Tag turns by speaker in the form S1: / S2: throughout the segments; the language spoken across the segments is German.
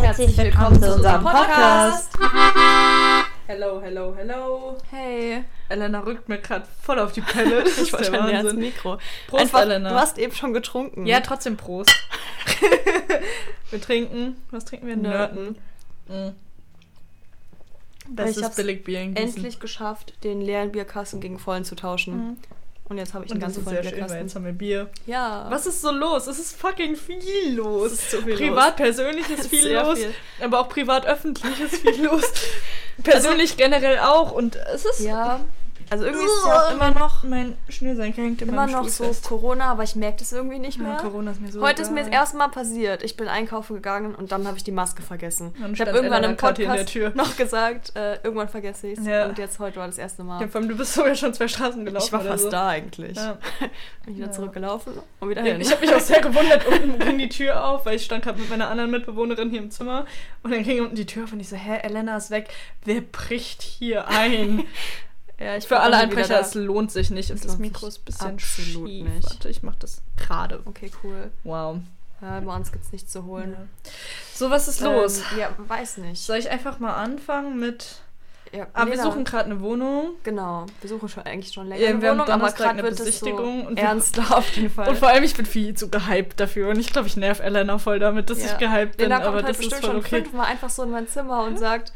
S1: herzlich willkommen zu unserem Podcast.
S2: Hello, hello, hello.
S1: Hey,
S2: Elena rückt mir gerade voll auf die Pelle. Das
S1: ich
S2: ist
S1: wollte
S2: der
S1: schon wieder ans
S2: Wahnsinn.
S1: Mikro.
S2: Prost,
S1: Einfach,
S2: Elena.
S1: Du hast eben schon getrunken.
S2: Ja, trotzdem Prost. wir trinken. Was trinken wir? Mhm.
S1: Nörten.
S2: Nörten. Mm.
S1: Aber ich
S2: Bestes
S1: hab's
S2: Billigbier in Gießen.
S1: endlich geschafft, den leeren Bierkasten gegen vollen zu tauschen.
S2: Mhm.
S1: Und jetzt habe ich
S2: Und
S1: einen
S2: das
S1: ganz
S2: ist
S1: vollen
S2: sehr schön, weil jetzt
S1: Bierkasten.
S2: haben wir Bier.
S1: Ja.
S2: Was ist so los? Es ist fucking viel los.
S1: Oh. Es ist so viel los.
S2: privat, persönlich ist viel
S1: Sehr
S2: los.
S1: viel.
S2: Aber auch privat, öffentlich ist viel los. persönlich generell auch. Und es ist
S1: Also Ja. Also irgendwie ist es ja auch immer noch,
S2: Mein Schnürsenkel hängt in
S1: immer
S2: meinem
S1: noch
S2: Stuhl
S1: so
S2: fest.
S1: Corona, aber ich merke das irgendwie nicht
S2: Ja,
S1: mehr.
S2: Corona ist mir so
S1: Heute ist mir das
S2: egal.
S1: erste Mal passiert. Ich bin einkaufen gegangen und dann habe ich die Maske vergessen.
S2: Dann
S1: ich
S2: stand
S1: habe irgendwann
S2: Elena
S1: im
S2: Kathi
S1: Podcast
S2: in der Tür.
S1: noch gesagt, äh, irgendwann vergesse ich es.
S2: Ja.
S1: Und jetzt heute war das erste Mal.
S2: Ja, vor allem, du bist sogar schon zwei Straßen gelaufen.
S1: Ich war
S2: oder
S1: fast
S2: so.
S1: da eigentlich.
S2: Ja.
S1: Bin wieder
S2: Ja.
S1: zurückgelaufen und wieder hin.
S2: Ich habe mich auch sehr gewundert, unten ging die Tür auf, weil ich stand gerade mit meiner anderen Mitbewohnerin hier im Zimmer und dann ging unten die Tür auf und ich so, hä, Elena ist weg, wer bricht hier ein?
S1: ja, ich
S2: Für
S1: bin
S2: alle
S1: wieder da.
S2: Einbrecher, es lohnt sich nicht. Und
S1: Es
S2: das
S1: lohnt
S2: Mikro
S1: sich
S2: ist ein bisschen
S1: absolut
S2: schief.
S1: nicht.
S2: Warte, ich mach das gerade.
S1: Okay, cool.
S2: Wow.
S1: Ja, bei uns gibt's nichts zu holen.
S2: So, was ist los?
S1: Ähm, ja, weiß nicht.
S2: Soll ich einfach mal anfangen mit...
S1: Ja,
S2: Ah, wir
S1: Lena,
S2: suchen gerade eine Wohnung.
S1: Genau, wir suchen schon eigentlich schon länger
S2: Ja,
S1: eine
S2: wir haben
S1: Wohnung, aber
S2: Donnerstag
S1: gerade
S2: eine
S1: wird es
S2: Besichtigung
S1: so
S2: und wir-
S1: ernster auf jeden Fall.
S2: Und vor allem, ich bin viel zu gehypt dafür. Und ich glaube, ich nerv Elena voll damit, dass
S1: Ja.
S2: ich gehypt bin.
S1: Lena kommt
S2: aber
S1: halt
S2: das ist
S1: bestimmt
S2: voll
S1: schon
S2: okay.
S1: fünfmal einfach so in mein Zimmer und sagt,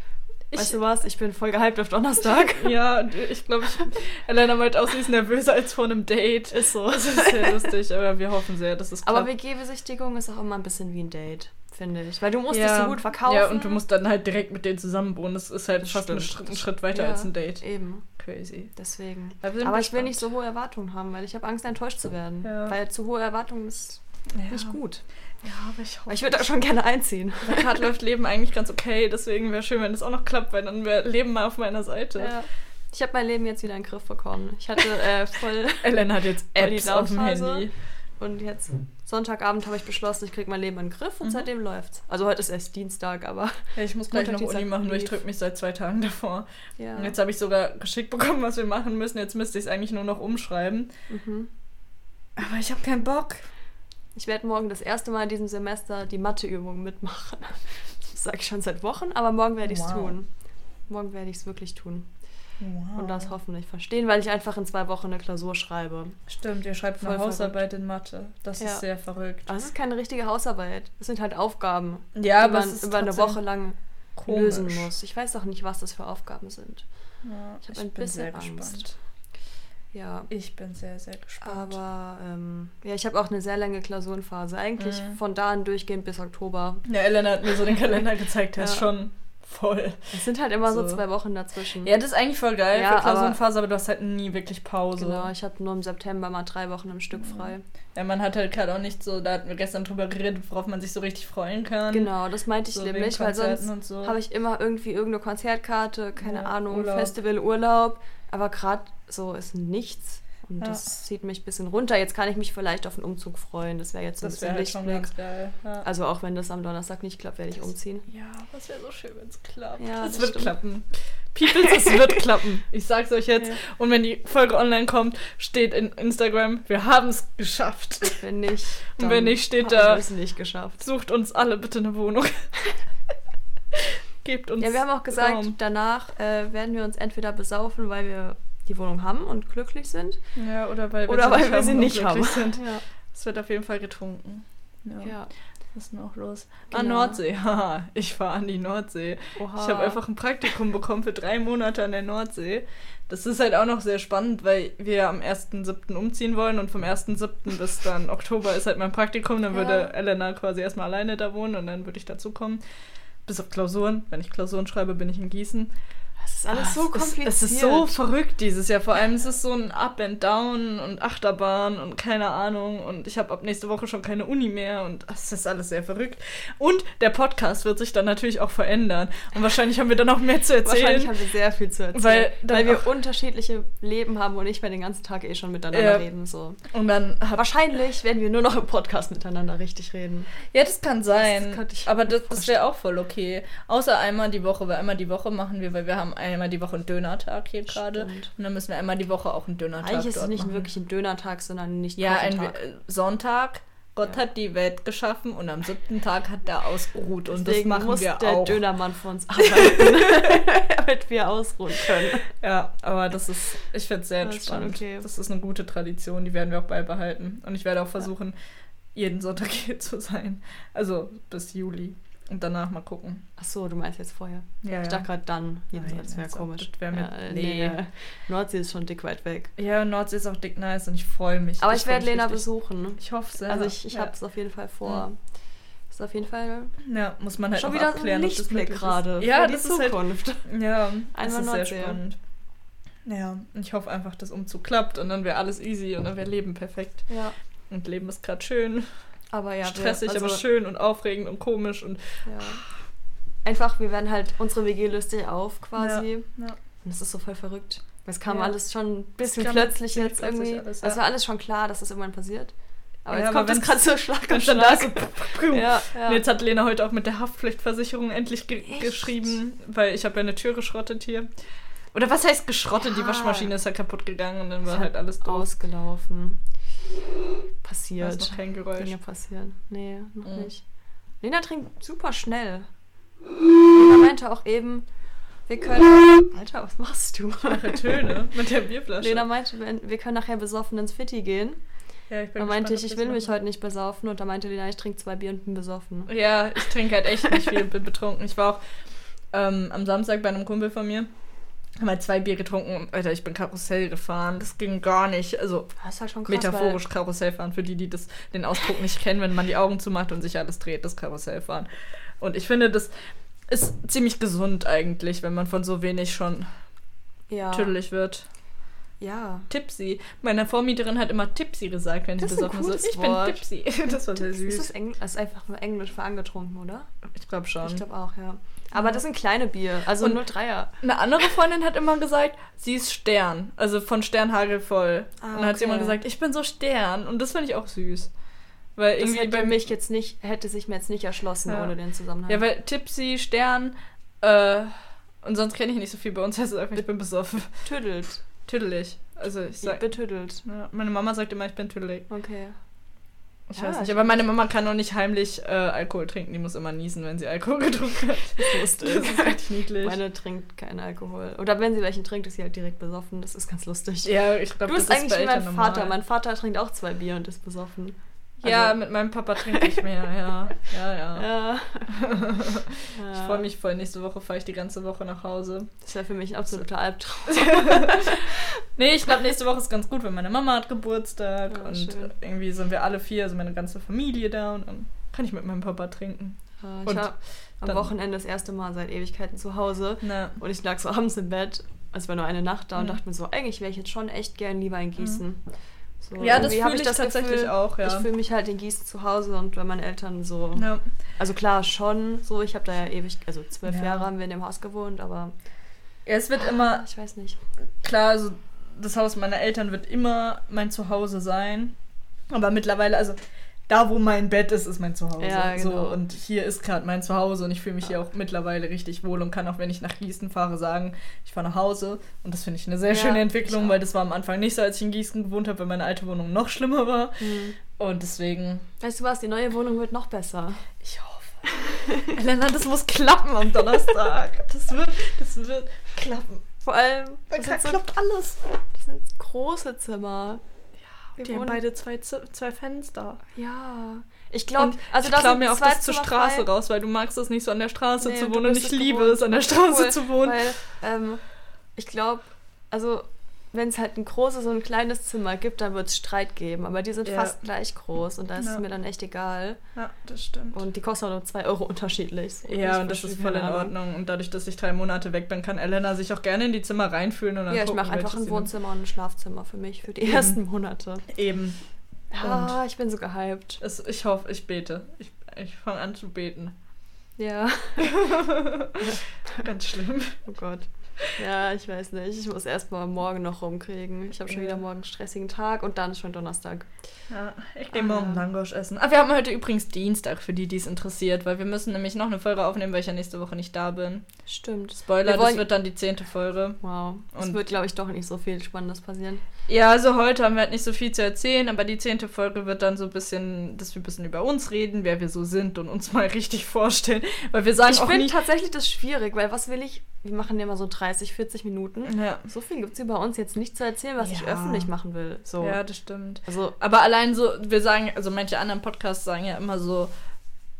S2: Ich-
S1: weißt du was, ich bin voll gehypt auf Donnerstag.
S2: Ja, und ich glaube, ich, Elena meinte auch, sie ist nervöser als vor einem Date. Ist so. Das ist sehr lustig, aber wir hoffen sehr, dass es klappt.
S1: aber WG-Besichtigung ist auch immer ein bisschen wie ein Date, finde ich. Weil du musst
S2: Ja.
S1: dich so gut verkaufen.
S2: Ja, und du musst dann halt direkt mit denen zusammenwohnen. Das ist halt
S1: Das
S2: fast ein
S1: stimmt.
S2: Schritt, ein Schritt weiter
S1: Ja,
S2: als ein Date.
S1: Eben.
S2: Crazy.
S1: Deswegen.
S2: Aber wir sind
S1: Aber ich will
S2: gespannt.
S1: nicht so hohe Erwartungen haben, weil ich habe Angst, enttäuscht zu werden.
S2: Ja.
S1: Weil zu hohe Erwartungen ist
S2: Ja. Oh.
S1: nicht gut.
S2: Ja, aber ich
S1: Aber
S2: hoffe.
S1: ich würde auch schon gerne einziehen.
S2: Gerade läuft Leben eigentlich ganz okay, deswegen wäre schön, wenn das auch noch klappt, weil dann wäre Leben mal auf meiner Seite.
S1: Ja. Ich habe mein Leben jetzt wieder in den Griff bekommen. Ich hatte äh, voll
S2: Elena hat jetzt
S1: Voll die
S2: Apps auf dem
S1: Downphase.
S2: Handy.
S1: und jetzt Sonntagabend habe ich beschlossen, ich kriege mein Leben in den Griff und
S2: Mhm.
S1: seitdem läuft's. Also heute ist erst Dienstag, aber
S2: Ja, ich muss gleich
S1: Montag,
S2: noch Uni
S1: Dienstag,
S2: machen, weil ich
S1: lief.
S2: drücke mich seit zwei Tagen davor.
S1: ja.
S2: Und jetzt habe ich sogar geschickt bekommen, was wir machen müssen. Jetzt müsste ich es eigentlich nur noch umschreiben.
S1: mhm.
S2: Aber ich habe keinen Bock.
S1: Ich werde morgen das erste Mal in diesem Semester die Matheübung mitmachen. Das sage ich schon seit Wochen, aber morgen werde ich es
S2: Wow.
S1: tun. Morgen werde ich es wirklich tun.
S2: Wow.
S1: Und das hoffentlich verstehen, weil ich einfach in zwei Wochen eine Klausur schreibe.
S2: Stimmt, ihr schreibt
S1: Voll
S2: eine Hausarbeit in Mathe. Das
S1: Ja.
S2: ist sehr verrückt.
S1: Aber es ist keine richtige Hausarbeit. Es sind halt Aufgaben,
S2: Ja,
S1: die
S2: aber es
S1: man
S2: ist
S1: über eine
S2: trotzdem
S1: Woche lang
S2: komisch.
S1: lösen muss. Ich weiß auch nicht, was das für Aufgaben sind.
S2: Ja,
S1: Ich hab ein bisschen Angst. Ja.
S2: Ich bin sehr, sehr gespannt.
S1: Aber ähm, ja, ich habe auch eine sehr lange Klausurenphase. Eigentlich
S2: Mhm.
S1: von da an durchgehend bis Oktober.
S2: ja, Elena hat mir so den Kalender gezeigt, der
S1: Ja.
S2: ist schon voll.
S1: Es sind halt immer so,
S2: So.
S1: zwei Wochen dazwischen.
S2: Ja, das ist eigentlich voll geil
S1: Ja,
S2: für Klausurenphase, aber, du hast halt nie wirklich Pause.
S1: Genau, ich habe nur im September mal drei Wochen am Stück frei.
S2: Ja, man hat halt gerade auch nicht so, da hatten wir gestern drüber geredet, worauf man sich so richtig freuen kann.
S1: Genau, das meinte ich
S2: so wegen
S1: nämlich, weil
S2: Konzerten
S1: sonst
S2: und so.
S1: habe ich immer irgendwie irgendeine Konzertkarte, keine
S2: Ja,
S1: Ahnung,
S2: Urlaub.
S1: Festival, Urlaub. Aber gerade so ist nichts. Und
S2: Ja.
S1: das zieht mich ein bisschen runter. Jetzt kann ich mich vielleicht auf einen Umzug freuen. Das wäre jetzt so ein
S2: Das wäre
S1: bisschen
S2: halt schon ganz
S1: Lichtblick.
S2: geil. Ja.
S1: Also auch wenn das am Donnerstag nicht klappt, werde ich umziehen.
S2: Ja, das wäre so schön, wenn es klappt.
S1: Ja,
S2: es
S1: das
S2: wird
S1: stimmt.
S2: klappen. Peoples, es wird klappen. Ich sag's euch jetzt.
S1: Ja.
S2: Und wenn die Folge online kommt, steht in Instagram, wir haben es geschafft.
S1: Wenn nicht,
S2: Und wenn nicht, steht
S1: haben
S2: da-
S1: wir es nicht geschafft.
S2: Sucht uns alle bitte eine Wohnung. Gebt uns
S1: Ja, wir haben auch gesagt,
S2: Raum.
S1: danach äh, werden wir uns entweder besaufen, weil wir die Wohnung haben und glücklich sind,
S2: Ja, oder weil wir
S1: oder
S2: sie
S1: weil
S2: nicht
S1: wir sie
S2: und
S1: nicht haben.
S2: glücklich Sind.
S1: Ja.
S2: Es wird auf jeden Fall getrunken. Ja.
S1: ja.
S2: Was ist denn auch los? Ah,
S1: Genau.
S2: Nordsee. Haha, ich fahre an die Nordsee.
S1: Oha.
S2: Ich habe einfach ein Praktikum bekommen für drei Monate an der Nordsee. Das ist halt auch noch sehr spannend, weil wir am 1.7. umziehen wollen und vom 1.7. bis dann Oktober ist halt mein Praktikum. Dann
S1: Ja.
S2: würde Elena quasi erstmal alleine da wohnen und dann würde ich dazukommen. Bis auf Klausuren. Wenn ich Klausuren schreibe, bin ich in Gießen.
S1: Das ist alles so
S2: Ah, es ist-
S1: kompliziert.
S2: Es ist so verrückt dieses Jahr. Vor allem es ist so ein Up and Down und Achterbahn und keine Ahnung. Und ich habe ab nächste Woche schon keine Uni mehr und es ist alles sehr verrückt. Und der Podcast wird sich dann natürlich auch verändern. Und wahrscheinlich haben wir dann auch mehr zu
S1: Wahrscheinlich
S2: erzählen.
S1: haben wir sehr viel zu erzählen,
S2: Weil
S1: weil,
S2: dann
S1: wir
S2: auch-
S1: unterschiedliche Leben haben und ich werde den ganzen Tag eh schon miteinander
S2: Ja.
S1: reden. So.
S2: Und dann hab
S1: Wahrscheinlich werden wir nur noch im Podcast miteinander richtig reden.
S2: Ja, das kann sein.
S1: Das könnte ich
S2: aber das, das wäre auch voll okay. Außer einmal die Woche, weil einmal die Woche machen wir, weil wir haben einmal die Woche einen Dönertag hier gerade.
S1: Stimmt.
S2: Und dann müssen wir einmal die Woche auch einen Dönertag
S1: Eigentlich ist es
S2: dort
S1: nicht
S2: machen.
S1: wirklich ein Dönertag, sondern nicht
S2: Ja, ein
S1: Kochentag.
S2: äh, Sonntag, Gott hat die Welt geschaffen und am siebten Tag hat er ausgeruht und das
S1: Deswegen
S2: machen
S1: muss
S2: wir
S1: der
S2: auch.
S1: Dönermann für uns arbeiten, damit wir ausruhen können.
S2: Ja, aber das ist, ich finde es sehr
S1: Das ist schon
S2: entspannt.
S1: okay.
S2: Das ist eine gute Tradition, die werden wir auch beibehalten. Und ich werde auch versuchen, jeden Sonntag hier zu sein. Also bis Juli. Und danach mal gucken.
S1: Ach so, du meinst jetzt vorher.
S2: Ja,
S1: Ich dachte gerade dann.
S2: Nein,
S1: Jedenfalls, das wäre
S2: als ob,
S1: komisch.
S2: das wär mit-
S1: ja,
S2: nee.
S1: nee. nee. Nordsee ist schon dick weit weg.
S2: ja und Nordsee ist auch dick nice und ich freue mich.
S1: Aber ich,
S2: Ich freu
S1: werde
S2: mich
S1: Lena
S2: richtig.
S1: besuchen.
S2: Ich hoffe sehr.
S1: Also ich, ich
S2: ja.
S1: habe es auf jeden Fall vor. Ist auf jeden Fall
S2: Ja, muss man halt
S1: schon
S2: noch
S1: wieder so ein
S2: abklären, ob das
S1: Lichtblick
S2: möglich ist.
S1: gerade.
S2: Ja,
S1: für
S2: das
S1: die
S2: ist halt
S1: Zukunft.
S2: Ja, das
S1: Einmal
S2: ist sehr
S1: Nordsee.
S2: spannend. Ja, und ich hoffe einfach, dass Umzug klappt und dann wäre alles easy und dann wäre Leben perfekt.
S1: ja,
S2: Und Leben ist gerade schön,
S1: aber ja. wir- also,
S2: stressig, aber schön und aufregend und komisch und
S1: Ja. Einfach, wir werden halt, unsere WG löst sich auf quasi.
S2: ja.
S1: Und es ist so voll verrückt. Es kam
S2: Ja.
S1: alles schon ein bisschen
S2: kam
S1: plötzlich
S2: ziemlich
S1: jetzt
S2: plötzlich
S1: irgendwie.
S2: alles,
S1: Also
S2: ja.
S1: war alles schon klar, dass das irgendwann passiert. Aber
S2: Ja,
S1: jetzt
S2: aber
S1: kommt es
S2: wenn's-
S1: gerade so Schlag und
S2: Und dann da
S1: Schlag.
S2: so,
S1: Ja, ja.
S2: Und jetzt hat Lena heute auch mit der Haftpflichtversicherung endlich ge
S1: Echt?
S2: geschrieben, weil ich habe ja eine Tür geschrottet hier. Oder was heißt geschrottet? Die
S1: Ja.
S2: Waschmaschine ist ja kaputt gegangen und dann
S1: Ah. Ist
S2: war halt alles doof.
S1: ausgelaufen.
S2: Da ist
S1: Passiert.
S2: noch kein Geräusch.
S1: Dinge passieren. Nee, noch
S2: Mhm.
S1: nicht. Lena trinkt super schnell. Lena meinte auch eben, wir können. Alter, was machst du?
S2: Mache Töne mit der Bierflasche.
S1: Lena meinte, wenn- wir können nachher besoffen ins Fitti gehen.
S2: ja, ich bin
S1: Da meinte ich,
S2: gespannt,
S1: ich
S2: ob
S1: will
S2: das
S1: mich
S2: noch-
S1: heute nicht besaufen. Und da meinte Lena, ich trinke zwei Bier und bin besoffen.
S2: Ja, ich trinke halt echt nicht viel, bin betrunken. Ich war auch ähm, am Samstag bei einem Kumpel von mir, haben halt zwei Bier getrunken und Alter, ich bin Karussell gefahren. Das ging gar nicht. Also
S1: Das ist halt schon krass.
S2: metaphorisch Karussell fahren, für die, die das, den Ausdruck nicht kennen, wenn man die Augen zumacht und sich alles dreht, das Karussell fahren. Und ich finde, das ist ziemlich gesund eigentlich, wenn man von so wenig schon
S1: Weil, ja.
S2: tüdelig wird.
S1: Ja.
S2: Tipsy. Meine Vormieterin hat immer Tipsy gesagt, wenn sie
S1: Das ist ein
S2: besoffen ist.
S1: cooles
S2: Ich bin
S1: Wort.
S2: Tipsy. Das war sehr
S1: Ist
S2: süß.
S1: das, Engl das ist einfach nur Englisch für angetrunken, oder?
S2: Ich glaube schon.
S1: Ich glaube auch, ja. Aber das sind kleine Bier, also
S2: Und-
S1: nur Dreier.
S2: Eine andere Freundin hat immer gesagt, sie ist Stern. Also von Sternhagel voll.
S1: Ah,
S2: und dann hat sie
S1: okay.
S2: immer gesagt, ich bin so Stern. Und das finde ich auch süß. Weil
S1: Das
S2: irgendwie
S1: hätte,
S2: bei
S1: mich jetzt nicht, hätte sich mir jetzt nicht erschlossen
S2: Ja.
S1: ohne den Zusammenhang.
S2: Ja, weil Tipsy, Stern, äh, und sonst kenne ich nicht so viel. Bei uns heißt es einfach, ich bin besoffen.
S1: Tüdelt.
S2: Tüdelig. Also ich sag.
S1: Betüdelt.
S2: Ja, meine Mama sagt immer, ich bin tüdelig.
S1: Okay.
S2: Ich
S1: Ja,
S2: weiß nicht.
S1: ich-
S2: Aber meine Mama kann auch nicht heimlich äh, Alkohol trinken. Die muss immer niesen, wenn sie Alkohol getrunken hat. Das
S1: Lustig.
S2: ist richtig niedlich.
S1: Meine trinkt keinen Alkohol. Oder wenn sie welchen trinkt, ist sie halt direkt besoffen. Das ist ganz lustig.
S2: ja, ich glaube,
S1: du
S2: das
S1: bist
S2: ist
S1: eigentlich
S2: bei
S1: wie mein
S2: Eltern
S1: Vater.
S2: normal.
S1: Mein Vater trinkt auch zwei Bier und ist besoffen.
S2: ja,
S1: Also-
S2: mit meinem Papa trinke ich mehr. Ja, ja, ja.
S1: Ja.
S2: Ich freue mich voll. Nächste Woche fahre ich die ganze Woche nach Hause.
S1: Das wäre für mich ein absoluter Albtraum.
S2: Nee, ich glaube, nächste Woche ist ganz gut, weil meine Mama hat Geburtstag
S1: Ja,
S2: und
S1: schön.
S2: irgendwie sind wir alle vier, also meine ganze Familie da und dann kann ich mit meinem Papa trinken.
S1: Äh,
S2: Und
S1: ich war am
S2: dann-
S1: Wochenende das erste Mal seit Ewigkeiten zu Hause
S2: Na,
S1: und ich lag so abends im Bett. Es war nur eine Nacht da und
S2: Mhm.
S1: dachte mir so, eigentlich wäre ich jetzt schon echt gern lieber in Gießen. So,
S2: Ja, das
S1: irgendwie hab
S2: fühl ich tatsächlich
S1: Gefühl,
S2: auch, ja.
S1: Ich fühle mich halt in Gießen zu Hause und bei meinen Eltern so.
S2: na.
S1: Also klar, schon so. Ich habe da ja ewig, also zwölf
S2: Ja.
S1: Jahre haben wir in dem Haus gewohnt, aber
S2: Ja, es wird immer,
S1: ich weiß nicht.
S2: klar, also das Haus meiner Eltern wird immer mein Zuhause sein. Aber mittlerweile, also da, wo mein Bett ist, ist mein Zuhause.
S1: Ja,
S2: so,
S1: genau.
S2: und hier ist gerade mein Zuhause und ich fühle mich hier auch mittlerweile richtig wohl und kann auch, wenn ich nach Gießen fahre, sagen, ich fahre nach Hause. Und das finde ich eine sehr
S1: Ja,
S2: schöne
S1: ich
S2: Entwicklung,
S1: auch.
S2: weil das war am Anfang nicht so, als ich in Gießen gewohnt habe, weil meine alte Wohnung noch schlimmer war. Und deswegen,
S1: Weißt du was, die neue Wohnung wird noch besser.
S2: ich hoffe. Elena, das muss klappen am Donnerstag. Das wird, das wird klappen.
S1: Vor allem, das sind,
S2: Das
S1: so,
S2: klappt alles.
S1: das sind große Zimmer. Wir
S2: Die haben
S1: wohnen-
S2: beide zwei, Zi- zwei Fenster.
S1: Ja, ich glaube, also
S2: ich
S1: da
S2: klau
S1: sind
S2: mir auch
S1: zwei
S2: das zur
S1: Zimmer
S2: Straße
S1: frei.
S2: raus, weil du magst es nicht so an der Straße
S1: Nee,
S2: zu
S1: du
S2: wohnen. Und
S1: bist
S2: ich
S1: es
S2: liebe
S1: gewohnt.
S2: es, an der Straße
S1: Cool,
S2: zu wohnen.
S1: Weil, ähm, ich glaube, also wenn es halt ein großes und ein kleines Zimmer gibt, dann wird es Streit geben. Aber die sind
S2: Ja.
S1: fast gleich groß und da ist
S2: Ja.
S1: es mir dann echt egal.
S2: ja, das stimmt.
S1: Und die kosten auch nur 2 Euro unterschiedlich. So,
S2: ja, und das
S1: verstehe
S2: ist voll in
S1: keine Ahnung.
S2: Ordnung. Und dadurch, dass ich drei Monate weg bin, kann Elena sich auch gerne in die Zimmer reinfühlen. Und dann
S1: Ja, ich
S2: gucken,
S1: mache einfach
S2: welches
S1: ein
S2: sie nimmt.
S1: Wohnzimmer und ein Schlafzimmer für mich, für die ersten Monate.
S2: Eben.
S1: Mhm. Ah, ich bin so gehypt.
S2: Es, ich hoffe, ich bete. Ich, ich fange an zu beten.
S1: Ja.
S2: Ganz schlimm.
S1: Oh Gott. Ja, ich weiß nicht. Ich muss erst mal morgen noch rumkriegen. Ich habe schon
S2: Ja.
S1: wieder morgen einen stressigen Tag und dann ist schon Donnerstag.
S2: Ja, ich gehe
S1: Ah.
S2: morgen Langosch essen. Ah, wir haben heute übrigens Dienstag, für die, die es interessiert, weil wir müssen nämlich noch eine Folge aufnehmen, weil ich ja nächste Woche nicht da bin.
S1: Stimmt.
S2: Spoiler,
S1: Wir wollen-
S2: das wird dann die zehnte Folge.
S1: Wow. Es
S2: Und-
S1: wird, glaube ich, doch nicht so viel Spannendes passieren.
S2: Ja, also heute haben wir halt nicht so viel zu erzählen, aber die zehnte Folge wird dann so ein bisschen, dass wir ein bisschen über uns reden, wer wir so sind und uns mal richtig vorstellen, weil wir sagen
S1: Ich
S2: auch
S1: finde
S2: nicht...
S1: tatsächlich das schwierig, weil was will ich? Wir machen ja immer so 30, 40 Minuten.
S2: Ja.
S1: So viel gibt es über uns jetzt nicht zu erzählen, was ich
S2: Ja.
S1: öffentlich machen will. So.
S2: ja, das stimmt.
S1: Also,
S2: Aber allein so, wir sagen, also manche anderen Podcasts sagen ja immer so,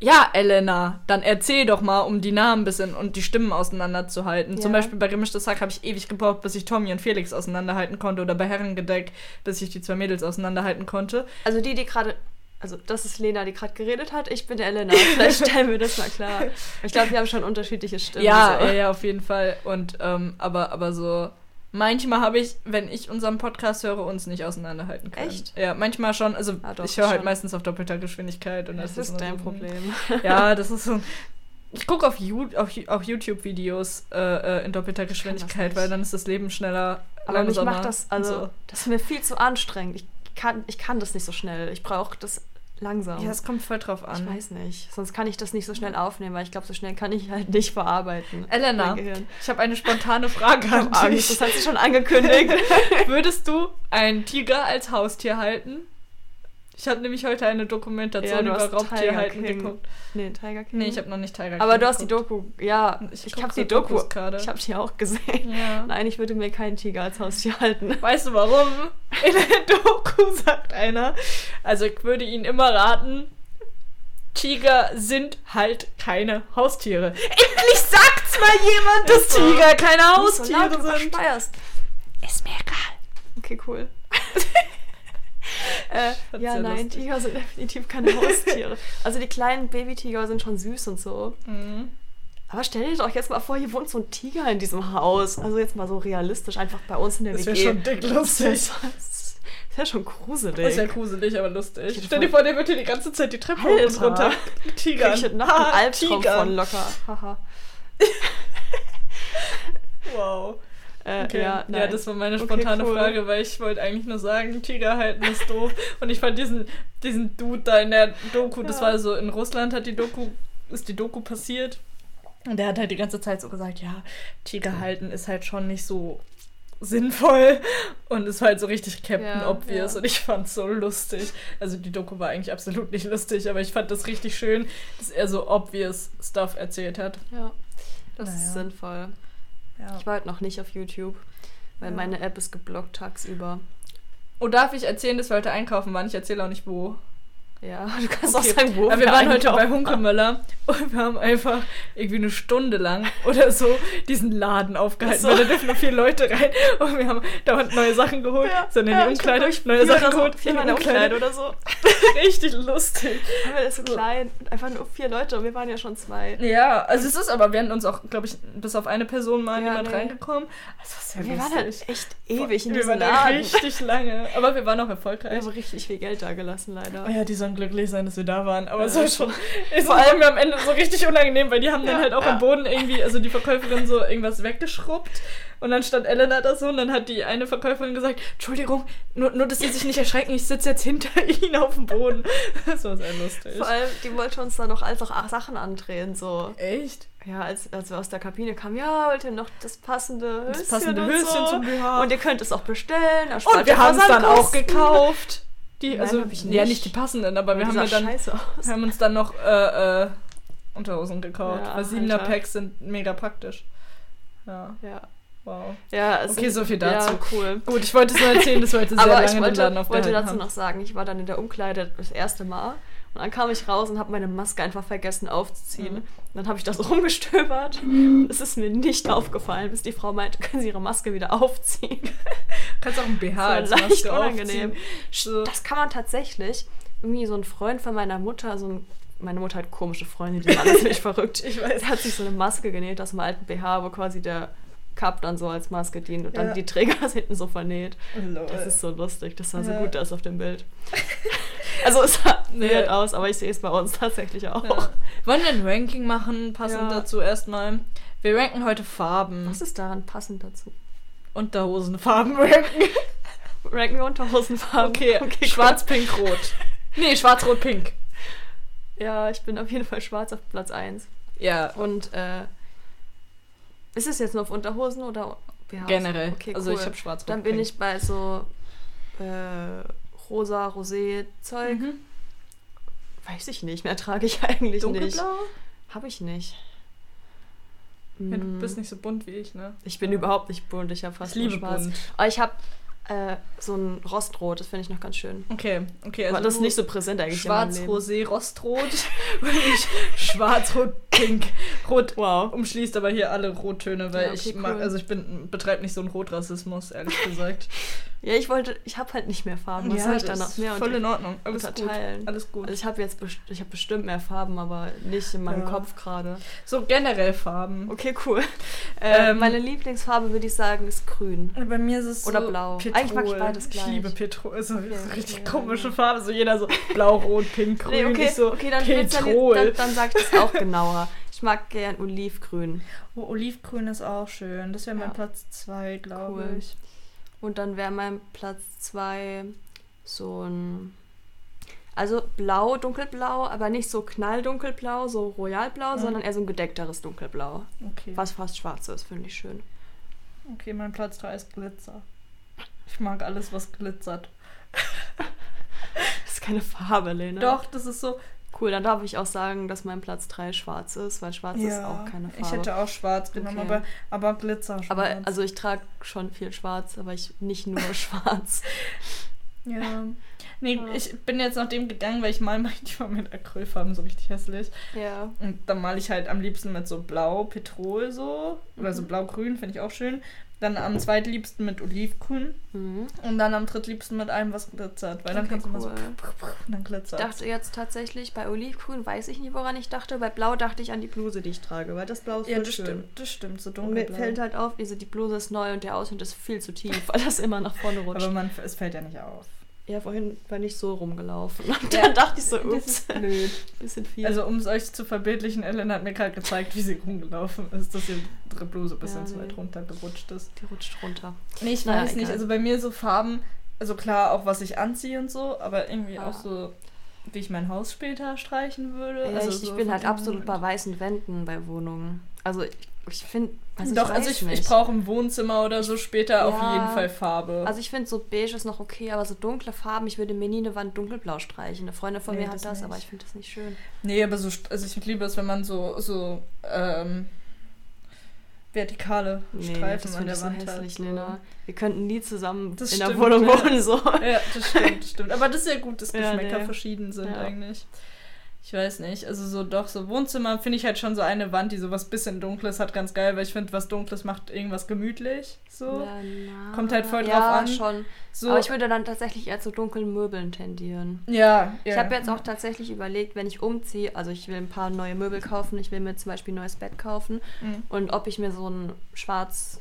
S2: ja, Elena, dann erzähl doch mal, um die Namen ein bisschen und die Stimmen auseinanderzuhalten. Zum
S1: Ja.
S2: Beispiel bei Gemischtes Hack habe ich ewig gebraucht, bis ich Tommy und Felix auseinanderhalten konnte oder bei Herrengedeck, bis ich die zwei Mädels auseinanderhalten konnte.
S1: also die, die gerade. Also, das ist Lena, die gerade geredet hat. Ich bin Elena. Vielleicht stellen wir das mal klar. Ich glaube, wir haben schon unterschiedliche Stimmen.
S2: ja,
S1: so.
S2: ja, ja, auf jeden Fall. Und ähm, aber, aber so. Manchmal habe ich, wenn ich unseren Podcast höre, uns nicht auseinanderhalten können.
S1: Echt?
S2: Ja, manchmal schon. Also
S1: Ah, doch,
S2: ich höre halt
S1: schon.
S2: meistens auf doppelter Geschwindigkeit und
S1: Das ist
S2: immer
S1: dein
S2: so-
S1: Problem.
S2: Ja, das ist so. ein- Ich gucke auf, You- auf, Ju- auch YouTube-Videos äh, äh, in doppelter Geschwindigkeit,
S1: nicht.
S2: weil dann ist das Leben schneller.
S1: Aber mich
S2: langsamer
S1: macht das,
S2: und
S1: also,
S2: so.
S1: das ist mir viel zu anstrengend. Ich kann, ich kann das nicht so schnell. Ich brauche das langsam.
S2: Ja, es kommt voll drauf
S1: ich
S2: an.
S1: weiß nicht. Sonst kann ich das nicht so schnell aufnehmen, weil ich glaube, so schnell kann ich halt nicht verarbeiten.
S2: Elena,
S1: Mein Gehirn.
S2: ich habe eine spontane Frage
S1: Ich hab
S2: an
S1: Angst,
S2: dich.
S1: das hat sie schon angekündigt.
S2: Würdest du einen Tiger als Haustier halten? Ich habe nämlich heute eine
S1: Ja,
S2: Dokumentation
S1: du
S2: über
S1: hast Tiger
S2: Raubtierhalten
S1: King.
S2: geguckt.
S1: nee, Tiger King.
S2: Nee, ich habe noch nicht Tiger
S1: Aber
S2: King
S1: du hast die
S2: geguckt.
S1: Doku, ja. Ich,
S2: guck
S1: habe die
S2: so
S1: Doku,
S2: Dokus gerade.
S1: ich habe die auch gesehen.
S2: Ja.
S1: Nein, ich würde mir keinen Tiger als Haustier halten.
S2: Weißt du warum? In der Doku sagt einer, also ich würde Ihnen immer raten, Tiger sind halt keine Haustiere. Endlich sagt's mal jemand, dass
S1: Ist so.
S2: Tiger keine
S1: Du musst so laut
S2: Haustiere sind.
S1: übersteuerst.
S2: Ist mir egal.
S1: Okay, cool. äh,
S2: fand's
S1: ja,
S2: sehr
S1: nein,
S2: lustig.
S1: Tiger sind definitiv keine Haustiere. also die kleinen Babytiger sind schon süß und so.
S2: Mhm.
S1: Aber stell dir doch jetzt mal vor, hier wohnt so ein Tiger in diesem Haus. Also jetzt mal so realistisch, einfach bei uns in der
S2: Das wäre
S1: WG.
S2: schon dick lustig.
S1: eh das wäre schon gruselig.
S2: Das ist ja gruselig, aber lustig.
S1: Ich
S2: Stell dir vor, der wird hier die ganze Zeit die Treppe hoch und
S1: Alter.
S2: runter. Tiger.
S1: Krieg ich noch einen Albtraum
S2: Tiger.
S1: von locker. Haha.
S2: Wow.
S1: Äh,
S2: Okay.
S1: ja,
S2: Ja,
S1: nein.
S2: das war meine
S1: Okay,
S2: spontane
S1: cool.
S2: Frage, weil ich wollte eigentlich nur sagen, Tiger halten ist doof. Und ich fand diesen, diesen Dude da in der Doku, das
S1: Ja.
S2: war so, in Russland hat die Doku, ist die Doku passiert. Und der hat halt die ganze Zeit so gesagt, ja, Tiger halten ist halt schon nicht so sinnvoll und ist halt so richtig Captain
S1: Ja,
S2: Obvious
S1: ja.
S2: und ich fand's so lustig. Also die Doku war eigentlich absolut nicht lustig, aber ich fand das richtig schön, dass er so obvious Stuff erzählt hat.
S1: ja, das
S2: Naja.
S1: ist sinnvoll.
S2: Ja.
S1: Ich war halt noch nicht auf YouTube, weil
S2: Ja.
S1: meine App ist geblockt tagsüber.
S2: Oh, darf ich erzählen, dass wir heute einkaufen waren? Ich erzähle auch nicht wo.
S1: Ja, du kannst
S2: Okay.
S1: auch sagen, wo
S2: Aber wir waren heute
S1: einkaufen.
S2: bei Hunkemöller und wir haben einfach irgendwie eine Stunde lang oder so diesen Laden aufgehalten,
S1: Ach so.
S2: weil da dürfen nur vier Leute rein und wir haben dauernd neue Sachen geholt,
S1: Ja,
S2: sind in
S1: ja,
S2: die
S1: ich
S2: Umkleide,
S1: glaub,
S2: neue
S1: vier
S2: Sachen
S1: oder so,
S2: geholt,
S1: Vier
S2: in
S1: mal
S2: die
S1: in der Umkleide
S2: Umkleide.
S1: oder so.
S2: Richtig lustig.
S1: Aber das ist so klein. Und Einfach nur vier Leute und wir waren ja schon zwei.
S2: Ja, also es ist aber, während uns auch, glaube ich, bis auf eine Person mal
S1: Ja,
S2: jemand
S1: nee.
S2: reingekommen. Also es ist ja
S1: Wir waren
S2: lustig.
S1: halt echt ewig in
S2: wir
S1: diesem
S2: waren da
S1: Laden.
S2: richtig lange, aber wir waren auch
S1: Wir
S2: erfolgreich.
S1: haben richtig viel Geld da gelassen, leider.
S2: Oh ja, die sollen glücklich sein, dass wir da waren. Aber es
S1: Ja.
S2: war schon. Es war mir am Ende so richtig unangenehm, weil die haben
S1: Ja,
S2: dann halt auch
S1: ja.
S2: am Boden irgendwie, also die Verkäuferin so irgendwas weggeschrubbt. Und dann stand Elena da so und dann hat die eine Verkäuferin gesagt: Entschuldigung, nur, nur dass Sie sich nicht erschrecken, ich sitze jetzt hinter Ihnen auf dem Boden. Das war sehr lustig.
S1: Vor allem, die wollte uns da noch all so Sachen andrehen, so.
S2: Echt?
S1: Ja, als, als wir aus der Kabine kamen, ja, wollt ihr noch das passende Höschen
S2: Das passende
S1: und
S2: Höschen
S1: so.
S2: zum BH.
S1: Und ihr könnt es auch bestellen. erspart
S2: Und wir
S1: ihr
S2: haben es dann auch
S1: Versandkosten.
S2: gekauft. Die,
S1: Nein,
S2: also,
S1: hab ich
S2: ja,
S1: nicht.
S2: nicht die passenden, aber wir
S1: Die
S2: haben
S1: sah
S2: ja dann
S1: scheiße aus.
S2: Wir haben uns dann noch äh, äh, Unterhosen gekauft,
S1: Ja,
S2: weil 7er
S1: Alter.
S2: Packs sind mega praktisch. Ja,
S1: Ja,
S2: wow.
S1: ja es
S2: Okay, so viel dazu.
S1: Ja, cool.
S2: Gut, ich wollte es nur erzählen, dass wir heute sehr
S1: Aber
S2: lange
S1: ich
S2: den Laden
S1: wollte, wollte
S2: aufgehalten
S1: dazu
S2: haben.
S1: noch sagen, ich war dann in der Umkleide das erste Mal und dann kam ich raus und habe meine Maske einfach vergessen aufzuziehen.
S2: Mhm.
S1: Und dann habe ich da so rumgestöbert und es ist mir nicht aufgefallen, bis die Frau meinte, können Sie Ihre Maske wieder aufziehen.
S2: Du kannst auch ein BH
S1: war
S2: als
S1: leicht
S2: Maske
S1: unangenehm.
S2: aufziehen. So.
S1: Das kann man tatsächlich. Irgendwie so ein Freund von meiner Mutter, so ein, meine Mutter hat komische Freunde, die waren natürlich verrückt.
S2: Ich weiß.
S1: Er hat sich so eine Maske genäht aus einem alten BH, wo quasi der Cup dann so als Maske dient und
S2: Ja.
S1: dann die Träger sind hinten so vernäht.
S2: Lol.
S1: Das ist so lustig, das sah so
S2: Ja.
S1: gut aus auf dem Bild. Also es sah
S2: Nee.
S1: weird aus, aber ich sehe es bei uns tatsächlich auch.
S2: Ja. Wollen wir ein Ranking machen, passend
S1: Ja.
S2: dazu erstmal? Wir ranken heute Farben.
S1: Was ist daran passend dazu?
S2: Unterhosenfarben ranken.
S1: Ranken wir Unterhosenfarben.
S2: Okay, schwarz, pink, rot. Nee, schwarz, rot, pink.
S1: cool. Ja, ich bin auf jeden Fall schwarz auf Platz 1.
S2: Ja,
S1: Und äh, ist es jetzt nur auf Unterhosen oder BHs?
S2: generell.
S1: Okay, cool.
S2: Also ich habe schwarz, rot,
S1: Dann bin
S2: pink.
S1: ich bei so äh, rosa, rosé Zeug.
S2: Mhm.
S1: Weiß ich nicht, mehr trage ich eigentlich nicht.
S2: Dunkelblau?
S1: Habe ich nicht.
S2: Ja, du
S1: Mm.
S2: bist nicht so bunt wie ich, ne?
S1: Ich bin überhaupt nicht bunt, ich habe fast
S2: Ich
S1: nur
S2: liebe
S1: schwarz.
S2: bunt.
S1: Aber ich habe äh, so ein Rostrot, das finde ich noch ganz schön.
S2: Okay, okay. also
S1: Weil das ist
S2: du
S1: nicht so präsent eigentlich
S2: Schwarz,
S1: in meinem Leben.
S2: Rosé, Rostrot. Und ich schwarz, rot, pink. Rot
S1: Wow.
S2: umschließt aber hier alle Rottöne, weil
S1: Ja, okay,
S2: ich mag,
S1: cool.
S2: also ich bin betreibe nicht so einen Rotrassismus, ehrlich gesagt.
S1: Ja, ich wollte, ich habe halt nicht mehr Farben. Was soll ich dann noch mehr
S2: voll
S1: unter-
S2: in Ordnung. Alles
S1: unterteilen?
S2: gut. Alles gut.
S1: Also ich habe jetzt best ich hab bestimmt mehr Farben, aber nicht in meinem
S2: Ja.
S1: Kopf gerade.
S2: So generell Farben.
S1: Okay, cool. Äh,
S2: Ähm,
S1: meine Lieblingsfarbe würde ich sagen ist grün.
S2: Bei mir ist es
S1: Oder
S2: so
S1: blau.
S2: Petrol.
S1: Eigentlich mag ich beides gleich.
S2: Ich liebe Petrol. Also, Ist eine
S1: Okay,
S2: richtig
S1: okay.
S2: komische Farbe. So jeder so blau, rot, pink, grün.
S1: Nee, okay,
S2: ich so
S1: okay, dann,
S2: Petrol.
S1: dann, dann sag ich das auch genauer. Ich mag gern olivgrün.
S2: Oh, Olivgrün ist auch schön. Das wäre mein
S1: Ja.
S2: Platz 2, glaube
S1: Cool.
S2: ich.
S1: Und dann wäre mein Platz 2 so ein. Also blau, dunkelblau, aber nicht so knalldunkelblau, so royalblau,
S2: Mhm.
S1: sondern eher so ein gedeckteres dunkelblau.
S2: Okay.
S1: Was fast schwarz ist, finde ich schön.
S2: Okay, mein Platz 3 ist Glitzer. Ich mag alles, was glitzert.
S1: Das ist keine Farbe, Lena.
S2: Doch, das ist so.
S1: Cool, dann darf ich auch sagen, dass mein Platz 3 schwarz ist, weil schwarz ist auch keine Farbe.
S2: Ich hätte auch schwarz genommen,
S1: Okay.
S2: aber, aber Glitzer schwarz.
S1: aber also ich trage schon viel schwarz, aber ich nicht nur schwarz.
S2: ja. Nee,
S1: Ja.
S2: ich bin jetzt nach dem gegangen, weil ich mal manchmal mit Acrylfarben so richtig hässlich.
S1: Ja.
S2: Und dann male ich halt am liebsten mit so blau, Petrol so. Oder so
S1: Mhm.
S2: blau-grün, finde ich auch schön. Dann am zweitliebsten mit Olivgrün.
S1: Mhm.
S2: Und dann am drittliebsten mit allem, was glitzert. Weil dann
S1: Okay,
S2: kannst du immer so.
S1: cool.
S2: Und dann
S1: Ich
S2: glitzert.
S1: dachte jetzt tatsächlich, bei olivgrün weiß ich nicht, woran ich dachte. Bei blau dachte ich an die Bluse, die ich trage, weil das blau ist
S2: Ja,
S1: voll
S2: das
S1: schön.
S2: stimmt, das stimmt. So
S1: Und mir
S2: dunkelblau.
S1: fällt halt auf, also die Bluse ist neu und der Ausschnitt ist viel zu tief, weil das immer nach vorne rutscht.
S2: Aber man, es fällt ja nicht auf.
S1: ja, vorhin war nicht so rumgelaufen. Und
S2: Ja,
S1: dann dachte ich so,
S2: das
S1: ups,
S2: ist blöd.
S1: bisschen viel.
S2: Also um es euch zu verbildlichen, Ellen hat mir gerade gezeigt, wie sie rumgelaufen ist, dass ihre Bluse bis
S1: Ja,
S2: ins
S1: nee.
S2: weit runtergerutscht ist.
S1: die rutscht runter.
S2: Nee, ich
S1: Naja,
S2: weiß nicht.
S1: egal.
S2: Also bei mir so Farben, also klar auch, was ich anziehe und so, aber irgendwie
S1: Ah.
S2: auch so, wie ich mein Haus später streichen würde.
S1: Ja,
S2: also
S1: ich,
S2: so
S1: ich bin halt
S2: von dem
S1: absolut bei
S2: Moment.
S1: weißen Wänden bei Wohnungen. Also ich, ich finde, also
S2: Doch,
S1: ich
S2: also
S1: weiß
S2: ich,
S1: nicht.
S2: ich brauche im Wohnzimmer oder so später auf
S1: Ja.
S2: jeden Fall Farbe.
S1: also ich finde so beige ist noch okay, aber so dunkle Farben, ich würde mir nie eine Wand dunkelblau streichen. Eine Freundin von
S2: Nee,
S1: mir hat
S2: das
S1: das,
S2: nicht.
S1: aber ich finde das nicht schön.
S2: Nee, aber so, st- also ich liebe es, wenn man so, so, ähm, vertikale Streifen
S1: das
S2: an
S1: finde ich
S2: der
S1: so
S2: Wand
S1: hässlich,
S2: hat. so.
S1: Lena. Wir könnten nie zusammen
S2: Das
S1: in der
S2: stimmt,
S1: Wohnung
S2: ja.
S1: wohnen, so.
S2: Ja, das stimmt, das stimmt. Aber das ist ja gut, dass
S1: Ja,
S2: Geschmäcker
S1: nee.
S2: verschieden sind
S1: Ja.
S2: eigentlich. Ich weiß nicht, also so doch, so Wohnzimmer finde ich halt schon so eine Wand, die so was bisschen Dunkles hat, ganz geil, weil ich finde, was Dunkles macht irgendwas gemütlich, so.
S1: Na, na.
S2: Kommt halt voll
S1: ja,
S2: drauf an.
S1: schon.
S2: so
S1: Aber ich würde dann tatsächlich eher zu dunklen Möbeln tendieren.
S2: ja, ja.
S1: Ich habe jetzt auch tatsächlich überlegt, wenn ich umziehe, also ich will ein paar neue Möbel kaufen, ich will mir zum Beispiel ein neues Bett kaufen
S2: Mhm.
S1: und ob ich mir so ein schwarz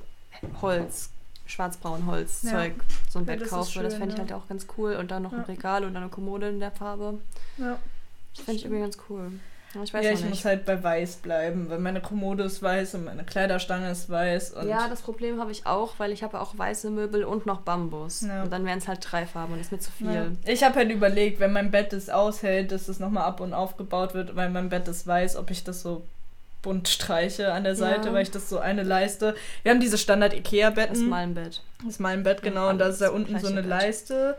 S1: Holz, schwarzbraun Holzzeug, so ein
S2: Ja,
S1: Bett
S2: das ist
S1: kaufe, das
S2: schön,
S1: fände
S2: ja.
S1: ich halt auch ganz cool und dann noch
S2: Ja.
S1: ein Regal und dann eine Kommode in der Farbe.
S2: Ja,
S1: Das fände ich
S2: stimmt.
S1: irgendwie ganz cool. Aber Ich weiß
S2: ja
S1: noch
S2: ich
S1: nicht.
S2: muss halt bei weiß bleiben, weil meine Kommode ist weiß und meine Kleiderstange ist weiß und
S1: Ja, das Problem habe ich auch, weil ich habe ja auch weiße Möbel und noch Bambus.
S2: Ja.
S1: Und dann wären es halt drei Farben und das ist mir zu viel.
S2: Ja. Ich habe halt überlegt, wenn mein Bett es aushält, dass es nochmal ab und aufgebaut wird, weil mein Bett es weiß, ob ich das so bunt streiche an der Seite,
S1: Ja.
S2: weil ich das so eine Leiste. Wir haben diese
S1: Das
S2: Standard-IKEA-Betten.
S1: Malenbett.
S2: Das ist mein Bett, genau.
S1: Ja,
S2: Und da ist da
S1: alles
S2: unten so
S1: gleiche
S2: eine
S1: Bett.
S2: Leiste,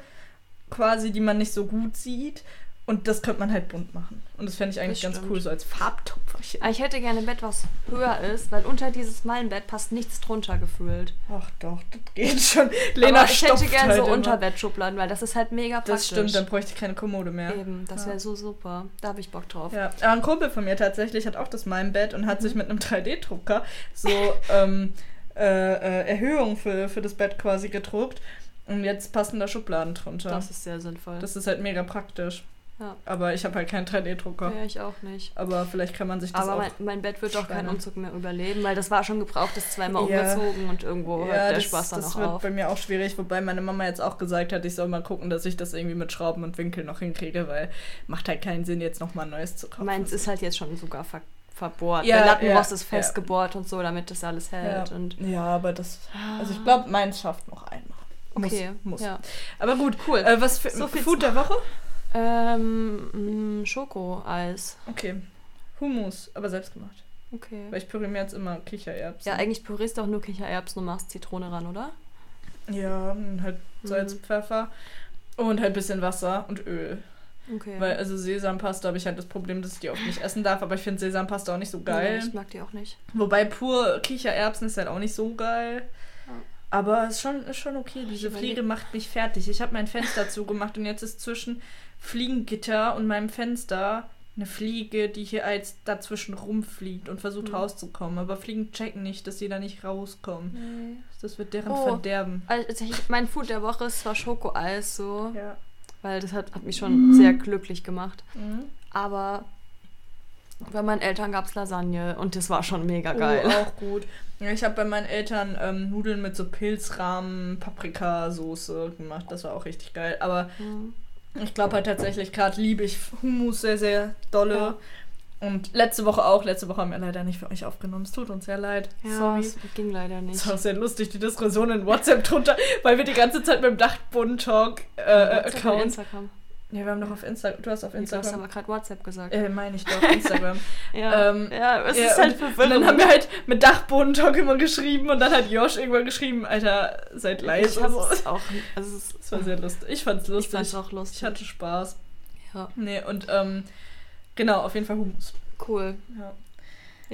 S2: quasi, die man nicht so gut sieht. Und das könnte man halt bunt machen. Und das fände ich eigentlich
S1: Das
S2: ganz
S1: stimmt.
S2: cool, so als Farbtupferchen.
S1: Aber Ah, ich hätte gerne ein Bett, was höher ist, weil unter dieses Malenbett passt nichts drunter gefühlt.
S2: Ach doch, das geht schon.
S1: Aber ich hätte
S2: stopft halt
S1: gerne so
S2: immer.
S1: Unterbettschubladen, weil das ist halt mega praktisch.
S2: Das stimmt, dann bräuchte ich keine Kommode mehr.
S1: Eben, das
S2: Ja.
S1: wäre so super. Da habe ich Bock drauf. Mhm.
S2: Ja, aber ein Kumpel von mir tatsächlich hat auch das mein Bett und hat sich mit einem 3D-Drucker so ähm, äh, äh, Erhöhung für, für das Bett quasi gedruckt. Und jetzt passen da Schubladen drunter.
S1: Das
S2: Das,
S1: ist sehr sinnvoll.
S2: ist halt mega praktisch.
S1: Ja.
S2: Aber ich habe halt keinen 3D-Drucker.
S1: Ja, ich auch nicht.
S2: Aber vielleicht kann man sich das
S1: Aber
S2: auch.
S1: mein, mein Bett wird auch keinen
S2: Schweine.
S1: Umzug mehr überleben, weil das war schon gebraucht, das ist zweimal
S2: Ja.
S1: umgezogen und irgendwo hört der Spaß dann
S2: das
S1: auch
S2: wird
S1: auf.
S2: bei mir auch schwierig, wobei meine Mama jetzt auch gesagt hat, ich soll mal gucken, dass ich das irgendwie mit Schrauben und Winkeln noch hinkriege, weil macht halt keinen Sinn, jetzt nochmal ein neues zu kaufen.
S1: Meins ist halt jetzt schon sogar ver verbohrt.
S2: Ja,
S1: der Lattenrost
S2: ja,
S1: ist
S2: ja.
S1: festgebohrt und so, damit das alles
S2: ja.
S1: hält. Und
S2: ja, aber das. Also
S1: Ah.
S2: ich glaube, meins schafft noch einmal.
S1: okay,
S2: Muss. muss.
S1: Ja.
S2: Aber gut,
S1: Cool.
S2: Äh, was für
S1: So viel
S2: Food der Woche?
S1: Ähm, mh, Schokoeis.
S2: Okay. Hummus, aber selbst gemacht.
S1: Okay.
S2: Weil ich püriere mir jetzt immer Kichererbsen.
S1: Ja, eigentlich pürierst du auch nur Kichererbsen und machst Zitrone ran, oder?
S2: Ja, und halt Salz,
S1: Mhm.
S2: Pfeffer und halt ein bisschen Wasser und Öl.
S1: Okay.
S2: Weil also Sesampasta habe ich halt das Problem, dass ich die oft nicht essen darf, aber ich finde Sesampasta auch nicht so geil.
S1: Nee, ich mag die auch nicht.
S2: Wobei pur Kichererbsen ist halt auch nicht so geil.
S1: Ja.
S2: Aber es ist schon, ist schon okay. Diese
S1: Ich überleg-
S2: Fliege macht mich fertig. Ich habe mein Fenster zugemacht und jetzt ist zwischen Fliegengitter und meinem Fenster eine Fliege, die hier als dazwischen rumfliegt und versucht
S1: Mhm.
S2: rauszukommen. Aber Fliegen checken nicht, dass sie da nicht rauskommen.
S1: Nee.
S2: Das wird deren
S1: Oh.
S2: Verderben.
S1: Also ich, mein Food der Woche ist zwar Schokoeis so,
S2: Ja.
S1: weil das hat, hat mich schon sehr glücklich gemacht.
S2: Mhm.
S1: Aber bei meinen Eltern gab es Lasagne und das war schon mega
S2: Geil.
S1: geil.
S2: Oh, auch gut. Ja, ich habe bei meinen Eltern ähm, Nudeln mit so Pilzrahmen, Paprikasoße gemacht. Das war auch richtig geil. Aber
S1: Mhm.
S2: Ich glaube halt tatsächlich, gerade liebe ich Hummus sehr, sehr dolle.
S1: Ja.
S2: Und letzte Woche auch. Letzte Woche haben wir leider nicht für euch aufgenommen. Es tut uns sehr leid.
S1: Ja,
S2: Sorry.
S1: es ging leider nicht.
S2: Es war sehr lustig, die Diskussion in WhatsApp drunter, weil wir die ganze Zeit mit dem Äh, Dachboden-Talk-Account.
S1: Instagram.
S2: ne, wir haben noch auf Instagram. Du hast auf
S1: Instagram. Du hast
S2: Instagram.
S1: aber gerade WhatsApp gesagt.
S2: Äh, meine ich doch, Instagram.
S1: ja.
S2: ähm,
S1: ja, es
S2: ja,
S1: ist halt
S2: und, und dann
S1: verwirrend.
S2: haben wir halt mit Dachboden-Talk immer geschrieben und dann hat Josh irgendwann geschrieben, Alter, seid leise.
S1: ich hab's auch. Also es
S2: Es war sehr lustig. Ich fand's
S1: ich
S2: lustig.
S1: fand's auch lustig.
S2: ich hatte Spaß.
S1: ja.
S2: Nee, und ähm, genau, auf jeden Fall Hummus.
S1: Cool.
S2: Ja.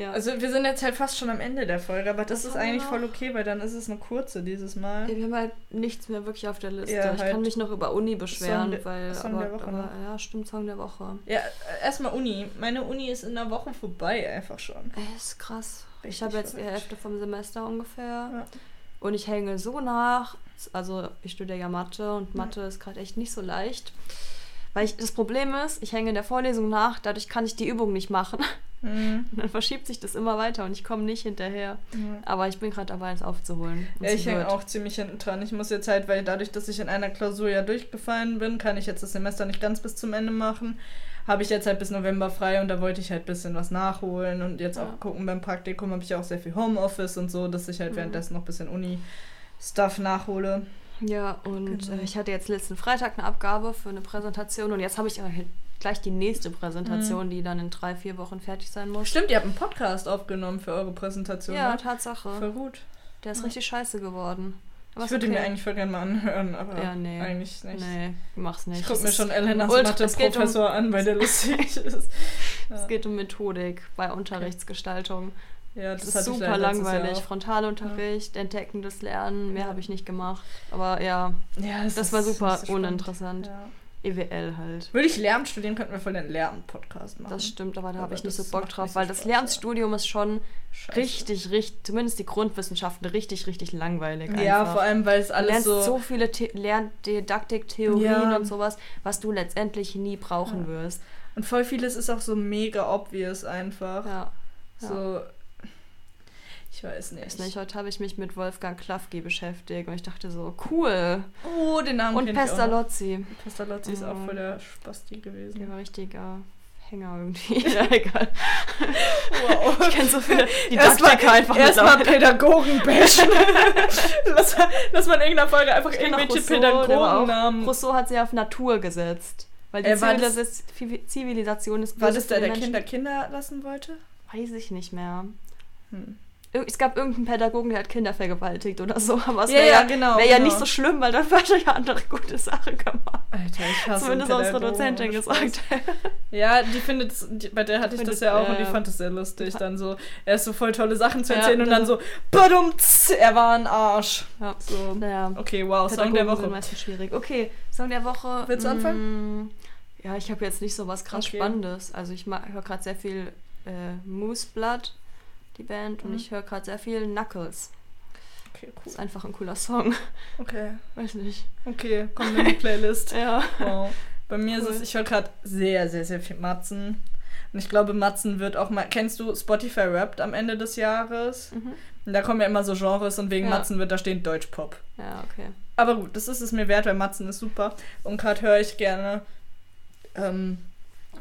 S1: Ja.
S2: Also wir sind jetzt halt fast schon am Ende der Folge, aber das
S1: Was
S2: ist
S1: haben wir
S2: eigentlich
S1: noch?
S2: voll okay, weil dann ist es eine kurze dieses Mal.
S1: Ja, wir haben halt nichts mehr wirklich auf der Liste.
S2: Ja,
S1: ich
S2: halt.
S1: kann mich noch über Uni
S2: Song
S1: beschweren,
S2: der-
S1: weil.
S2: Song
S1: aber,
S2: der Woche,
S1: aber,
S2: ne?
S1: Ja, stimmt, Song der Woche.
S2: Ja, äh, erstmal Uni. Meine Uni ist in einer Woche vorbei einfach schon.
S1: Ey, ist krass.
S2: Richtig
S1: ich habe jetzt die
S2: verrückt.
S1: Hälfte vom Semester ungefähr.
S2: Ja.
S1: Und ich hänge so nach. Also, ich studiere ja Mathe und Mathe ist gerade echt nicht so leicht. Weil ich, das Problem ist, ich hänge in der Vorlesung nach, dadurch kann ich die Übung nicht machen.
S2: Mhm.
S1: Und dann verschiebt sich das immer weiter und ich komme nicht hinterher.
S2: Ja.
S1: Aber ich bin gerade dabei, es aufzuholen. Und
S2: Ja,
S1: es
S2: ich hänge
S1: wird.
S2: auch ziemlich hinten dran. Ich muss jetzt halt, weil dadurch, dass ich in einer Klausur ja durchgefallen bin, kann ich jetzt das Semester nicht ganz bis zum Ende machen. Habe ich jetzt halt bis November frei und da wollte ich halt ein bisschen was nachholen und jetzt
S1: Ja.
S2: auch gucken beim Praktikum habe ich ja auch sehr viel Homeoffice und so, dass ich halt
S1: Mhm.
S2: währenddessen noch ein bisschen Uni-Stuff nachhole.
S1: Ja, und
S2: Genau.
S1: äh, ich hatte jetzt letzten Freitag eine Abgabe für eine Präsentation und jetzt habe ich aber halt gleich die nächste
S2: Mhm.
S1: Präsentation, die dann in drei, vier Wochen fertig sein muss.
S2: Stimmt, ihr habt einen Podcast aufgenommen für eure Präsentation.
S1: Ja,
S2: ne?
S1: Tatsache.
S2: voll gut.
S1: Der ist richtig scheiße geworden. Aber
S2: ich
S1: ist
S2: würde ihn
S1: okay.
S2: mir eigentlich voll gerne mal anhören, aber
S1: Ja, nee.
S2: eigentlich nicht.
S1: Nee, mach's nicht.
S2: Ich gucke
S1: Es
S2: mir
S1: ist
S2: schon Elenas
S1: ultra- es geht um,
S2: Mathe-Professor an, weil der lustig ist.
S1: Es geht um Methodik bei Unterrichtsgestaltung.
S2: Ja,
S1: Das, ist
S2: hatte ich
S1: super
S2: leider letztes Jahr
S1: langweilig.
S2: auch.
S1: Frontalunterricht, entdeckendes Lernen, mehr
S2: Ja.
S1: habe ich nicht gemacht. Aber ja,
S2: Ja,
S1: das
S2: ist
S1: war
S2: nicht
S1: super
S2: so spannend.
S1: uninteressant.
S2: Ja.
S1: EWL halt.
S2: Würde ich Lärm studieren, könnten wir voll den Lärm-Podcast machen.
S1: Das stimmt, aber da
S2: Aber
S1: habe ich nicht so
S2: das
S1: Bock
S2: macht
S1: drauf,
S2: nicht so
S1: weil das
S2: Spaß,
S1: Lernstudium ist schon
S2: Scheiße.
S1: richtig, richtig, zumindest die Grundwissenschaften, richtig, richtig langweilig.
S2: Ja,
S1: einfach.
S2: vor allem, weil es
S1: Du
S2: alles
S1: lernst
S2: so...
S1: so, viele The Lerndidaktik, Theorien
S2: Ja.
S1: und sowas, was du letztendlich nie brauchen
S2: Ja.
S1: wirst.
S2: Und voll vieles ist auch so mega obvious einfach.
S1: Ja. Ja.
S2: So... Ich weiß nicht.
S1: Weiß nicht, heute habe ich mich mit Wolfgang Klafki beschäftigt und ich dachte so, cool.
S2: Oh, den Namen
S1: Und
S2: kenn ich auch noch.
S1: Pestalozzi. Mhm.
S2: Pestalozzi ist
S1: Ja.
S2: auch voll der Spasti gewesen.
S1: Der war richtiger Hänger irgendwie. Ja, egal. Ich
S2: Wow.
S1: kenne so viele
S2: Erstmal
S1: Didaktiker einfach
S2: erstmal
S1: mittlerweile.
S2: Pädagogen bashen. lass, mal- lass mal in irgendeiner Folge einfach
S1: Ich kenn noch
S2: irgendwelche
S1: Rousseau, der war auch-
S2: Pädagogennamen.
S1: Rousseau hat sie auf Natur gesetzt. Weil die
S2: Äh, war das-
S1: Zivilis Zivilisation ist
S2: War
S1: böse
S2: das
S1: für
S2: der,
S1: die
S2: der
S1: Menschen.
S2: Kinder Kinder lassen wollte?
S1: Weiß ich nicht mehr.
S2: Hm.
S1: Ir- Es gab irgendeinen Pädagogen, der hat Kinder vergewaltigt oder so, aber es
S2: Ja,
S1: wäre
S2: ja,
S1: ja,
S2: genau,
S1: wär ja
S2: genau.
S1: nicht so schlimm, weil dann wird er ja andere gute Sache gemacht.
S2: Alter, ich hasse
S1: Zumindest hat unsere
S2: Pädagogen,
S1: Dozentin
S2: ohne Spaß.
S1: gesagt.
S2: Ja, die findet, die, bei der hatte ich
S1: Findet-
S2: das ja auch und die
S1: ja.
S2: fand das sehr lustig. Dann so, erst so voll tolle Sachen zu
S1: Ja,
S2: erzählen und dann so, badumts, er war ein Arsch.
S1: Ja.
S2: So.
S1: Naja,
S2: Okay, wow, Song
S1: Pädagogen
S2: der
S1: sind
S2: Woche.
S1: meistens schwierig. Okay, Song der Woche.
S2: Willst du
S1: anfangen? Ja, ich habe jetzt nicht so was krass
S2: Okay.
S1: Spannendes. Also ich höre gerade sehr viel äh, Moose Blood, die Band, und
S2: Mhm.
S1: ich höre gerade sehr viel Knuckles.
S2: Okay, cool.
S1: Ist einfach ein cooler Song.
S2: Okay,
S1: Weiß nicht.
S2: okay, kommt in die Playlist.
S1: Ja.
S2: Wow. Bei mir ist
S1: Cool.
S2: es, ich höre gerade sehr, sehr, sehr viel Matzen. Und ich glaube, Matzen wird auch mal. Kennst du Spotify Wrapped am Ende des Jahres?
S1: Mhm.
S2: Und da kommen ja immer so Genres und wegen
S1: Ja.
S2: Matzen wird da stehen Deutschpop.
S1: Ja, okay.
S2: Aber gut, das ist es mir wert, weil Matzen ist super. Und gerade höre ich gerne ähm,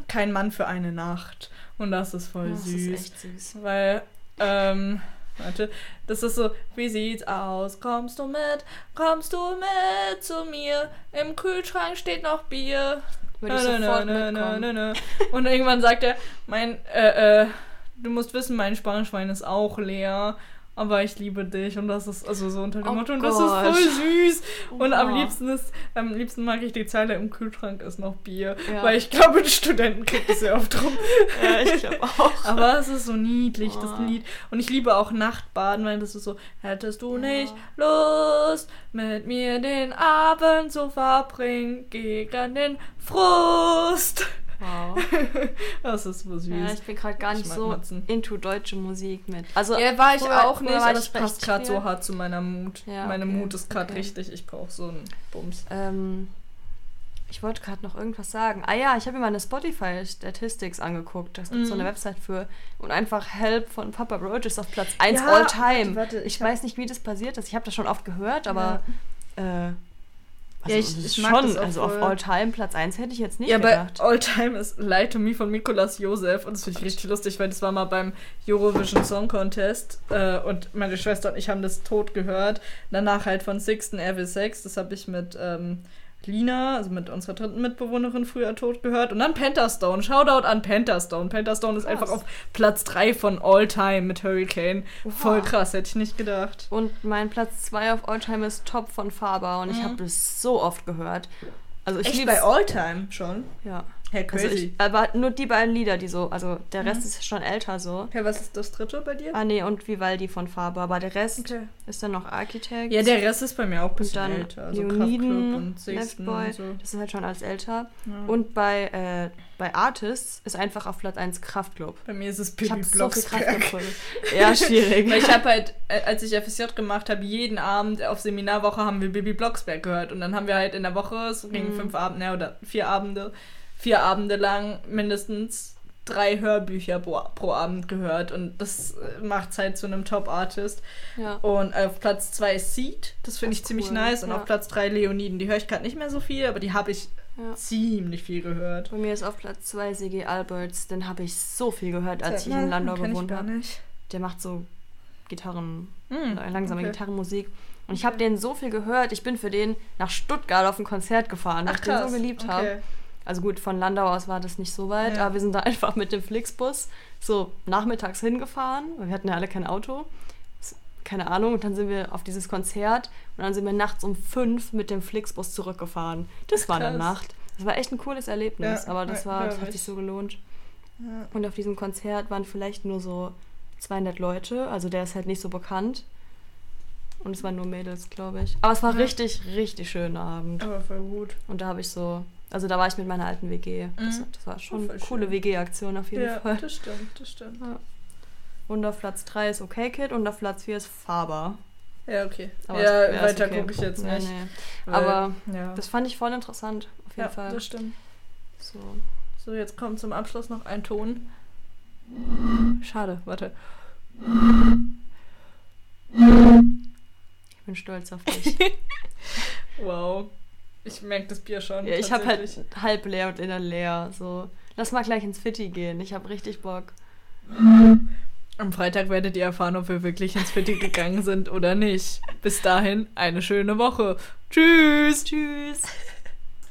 S2: Kein Mann für eine Nacht. Und das ist voll
S1: Oh, das
S2: süß.
S1: ist echt süß.
S2: Weil, ähm, warte, das ist so, wie sieht's aus? Kommst du mit? Kommst du mit zu mir? Im Kühlschrank steht noch Bier.
S1: Würde ich
S2: Nö, nö,
S1: sofort
S2: nö, nö,
S1: mitkommen.
S2: nö, nö. Und irgendwann sagt er, mein, äh, äh, du musst wissen, mein Sparschwein ist auch leer. Aber ich liebe dich und das ist also so unter dem
S1: Oh
S2: Motto und das
S1: Gott.
S2: ist voll süß. Und am
S1: Oha.
S2: liebsten ist, am liebsten mag ich die Zeile im Kühlschrank ist noch Bier.
S1: Ja.
S2: Weil ich glaube, ein Studenten kriegt es sehr oft rum.
S1: Ja, ich glaube auch.
S2: Aber es ist so niedlich, das
S1: Oh.
S2: Lied. Und ich liebe auch Nachtbaden, weil das ist so, hättest du
S1: Ja.
S2: nicht Lust, mit mir den Abend zu verbringen, gegen den Frust.
S1: Wow.
S2: Das ist so süß.
S1: Ja, ich bin gerade gar
S2: Ich
S1: nicht
S2: mag
S1: so
S2: Matzen.
S1: into deutsche Musik mit. Also
S2: Ja, war ich
S1: früher-
S2: auch nicht,
S1: früher war
S2: aber
S1: ich
S2: es passt
S1: recht
S2: gerade so
S1: viel.
S2: hart zu meiner Mut.
S1: Ja,
S2: Meine
S1: okay,
S2: Mut ist gerade
S1: okay.
S2: richtig, ich brauche so einen Bums.
S1: Ähm, ich wollte gerade noch irgendwas sagen. Ah ja, ich habe mir meine Spotify-Statistics angeguckt. Das gibt so
S2: Mhm.
S1: eine Website für. Und einfach Help von Papa Roach ist auf Platz 1
S2: Ja,
S1: all time.
S2: warte,
S1: ich
S2: ich hab-
S1: weiß nicht, wie das passiert ist. Ich habe das schon oft gehört, aber. Äh, also,
S2: Ja, ich-
S1: das ist
S2: ich mag
S1: schon,
S2: das auch
S1: also
S2: voll.
S1: auf all time Platz 1 hätte ich jetzt nicht
S2: ja, bei
S1: gedacht. Oh
S2: All Time ist Lie to Me von Mikolas Josef und das finde ich richtig lustig, weil das war mal beim Eurovision Song Contest äh, und meine Schwester und ich haben das tot gehört. Danach halt von Sixten RW6, das habe ich mit ähm, Lina, also mit unserer dritten Mitbewohnerin früher tot gehört und dann Pentastone. Shoutout an Pentastone. Pentastone ist
S1: Krass.
S2: einfach auf Platz 3 von All Time mit Hurricane.
S1: Oha.
S2: Voll krass, hätte ich nicht gedacht.
S1: Und mein Platz 2 auf all time ist Top von Faber und ich
S2: Mhm.
S1: habe das so oft gehört. Also ich lieb's-
S2: All Time schon?
S1: Ja.
S2: Hey,
S1: Also ich, aber nur die beiden Lieder, die so, also der Rest
S2: Mhm.
S1: ist schon älter so.
S2: hey, was ist das dritte bei dir?
S1: Ah nee, und Vivaldi von Faber, aber der Rest
S2: Okay.
S1: ist dann noch Architect.
S2: Ja, der Rest ist bei mir auch ein
S1: und
S2: bisschen
S1: dann
S2: älter. Also
S1: Leoniden,
S2: Kraftclub und Sixten
S1: Leftboy,
S2: und so.
S1: das ist halt schon alles älter.
S2: Ja.
S1: Und bei, äh, bei Artists ist einfach auf Platz 1 Kraftclub.
S2: bei mir ist es
S1: Ich
S2: Pippi
S1: habe so viel
S2: Blocksberg.
S1: Kraftclub. ja, schwierig.
S2: Weil ich habe halt, äh, als ich FSJ gemacht habe, jeden Abend auf Seminarwoche haben wir Bibi Blocksberg gehört. Und dann haben wir halt in der Woche, es gingen
S1: Mhm.
S2: fünf Abende oder vier Abende, vier Abende lang mindestens drei Hörbücher pro, pro Abend gehört. Und das macht halt zu einem Top-Artist.
S1: ja.
S2: Und auf Platz 2 ist Seed, das finde ich ziemlich
S1: cool,
S2: nice. Und
S1: ja.
S2: auf Platz 3 Leoniden, die höre ich gerade nicht mehr so viel, aber die habe ich
S1: Ja.
S2: ziemlich viel gehört.
S1: Bei mir ist auf Platz 2 CG Alberts, den habe ich so viel gehört, als ich
S2: ne?
S1: in Landau gewohnt habe. Der macht so Gitarren,
S2: Hm,
S1: Äh, langsame
S2: okay.
S1: Gitarrenmusik. Und ich habe den so viel gehört, ich bin für den nach Stuttgart auf ein Konzert gefahren, weil ich den so geliebt habe. Also gut, von Landau aus war das nicht so weit,
S2: Ja.
S1: aber wir sind da einfach mit dem Flixbus so nachmittags hingefahren, weil wir hatten ja alle kein Auto. S- Keine Ahnung, und dann sind wir auf dieses Konzert und dann sind wir nachts um fünf mit dem Flixbus zurückgefahren. Das
S2: Ach,
S1: war
S2: krass.
S1: eine Nacht. Das war echt ein cooles Erlebnis,
S2: Ja,
S1: aber das
S2: ja,
S1: war, das
S2: glaub
S1: hat sich
S2: ich.
S1: so gelohnt.
S2: Ja.
S1: Und auf diesem Konzert waren vielleicht nur so 200 Leute, also der ist halt nicht so bekannt. Und es waren nur Mädels, glaube ich. Aber es war
S2: Ja.
S1: richtig, richtig schöner Abend.
S2: Aber voll gut.
S1: Und da habe ich so, also da war ich mit meiner alten WG. Das,
S2: Mhm.
S1: das war schon
S2: Oh,
S1: eine
S2: voll
S1: coole
S2: schön.
S1: WG-Aktion auf jeden
S2: Ja,
S1: Fall.
S2: das stimmt, das stimmt.
S1: Und auf Platz 3 ist Okay Kid und auf Platz 4 ist Faber.
S2: Ja, okay.
S1: Aber
S2: ja,
S1: es- ja, ist
S2: weiter
S1: okay.
S2: gucke ich jetzt
S1: Nee,
S2: nicht.
S1: nee.
S2: weil-
S1: Aber
S2: ja.
S1: das fand ich voll interessant, auf jeden
S2: ja,
S1: Fall.
S2: das stimmt.
S1: So.
S2: So, jetzt kommt zum Abschluss noch ein Ton. Schade, warte.
S1: Ich bin stolz auf dich.
S2: Wow. Ich merke das Bier schon.
S1: ja, ich habe
S2: tatsächlich.
S1: halt halb leer und inner leer. So. Lass mal gleich ins Fitti gehen. Ich habe richtig Bock.
S2: Am Freitag werdet ihr erfahren, ob wir wirklich ins Fitti gegangen sind oder nicht. Bis dahin, eine schöne Woche. Tschüss. Tschüss.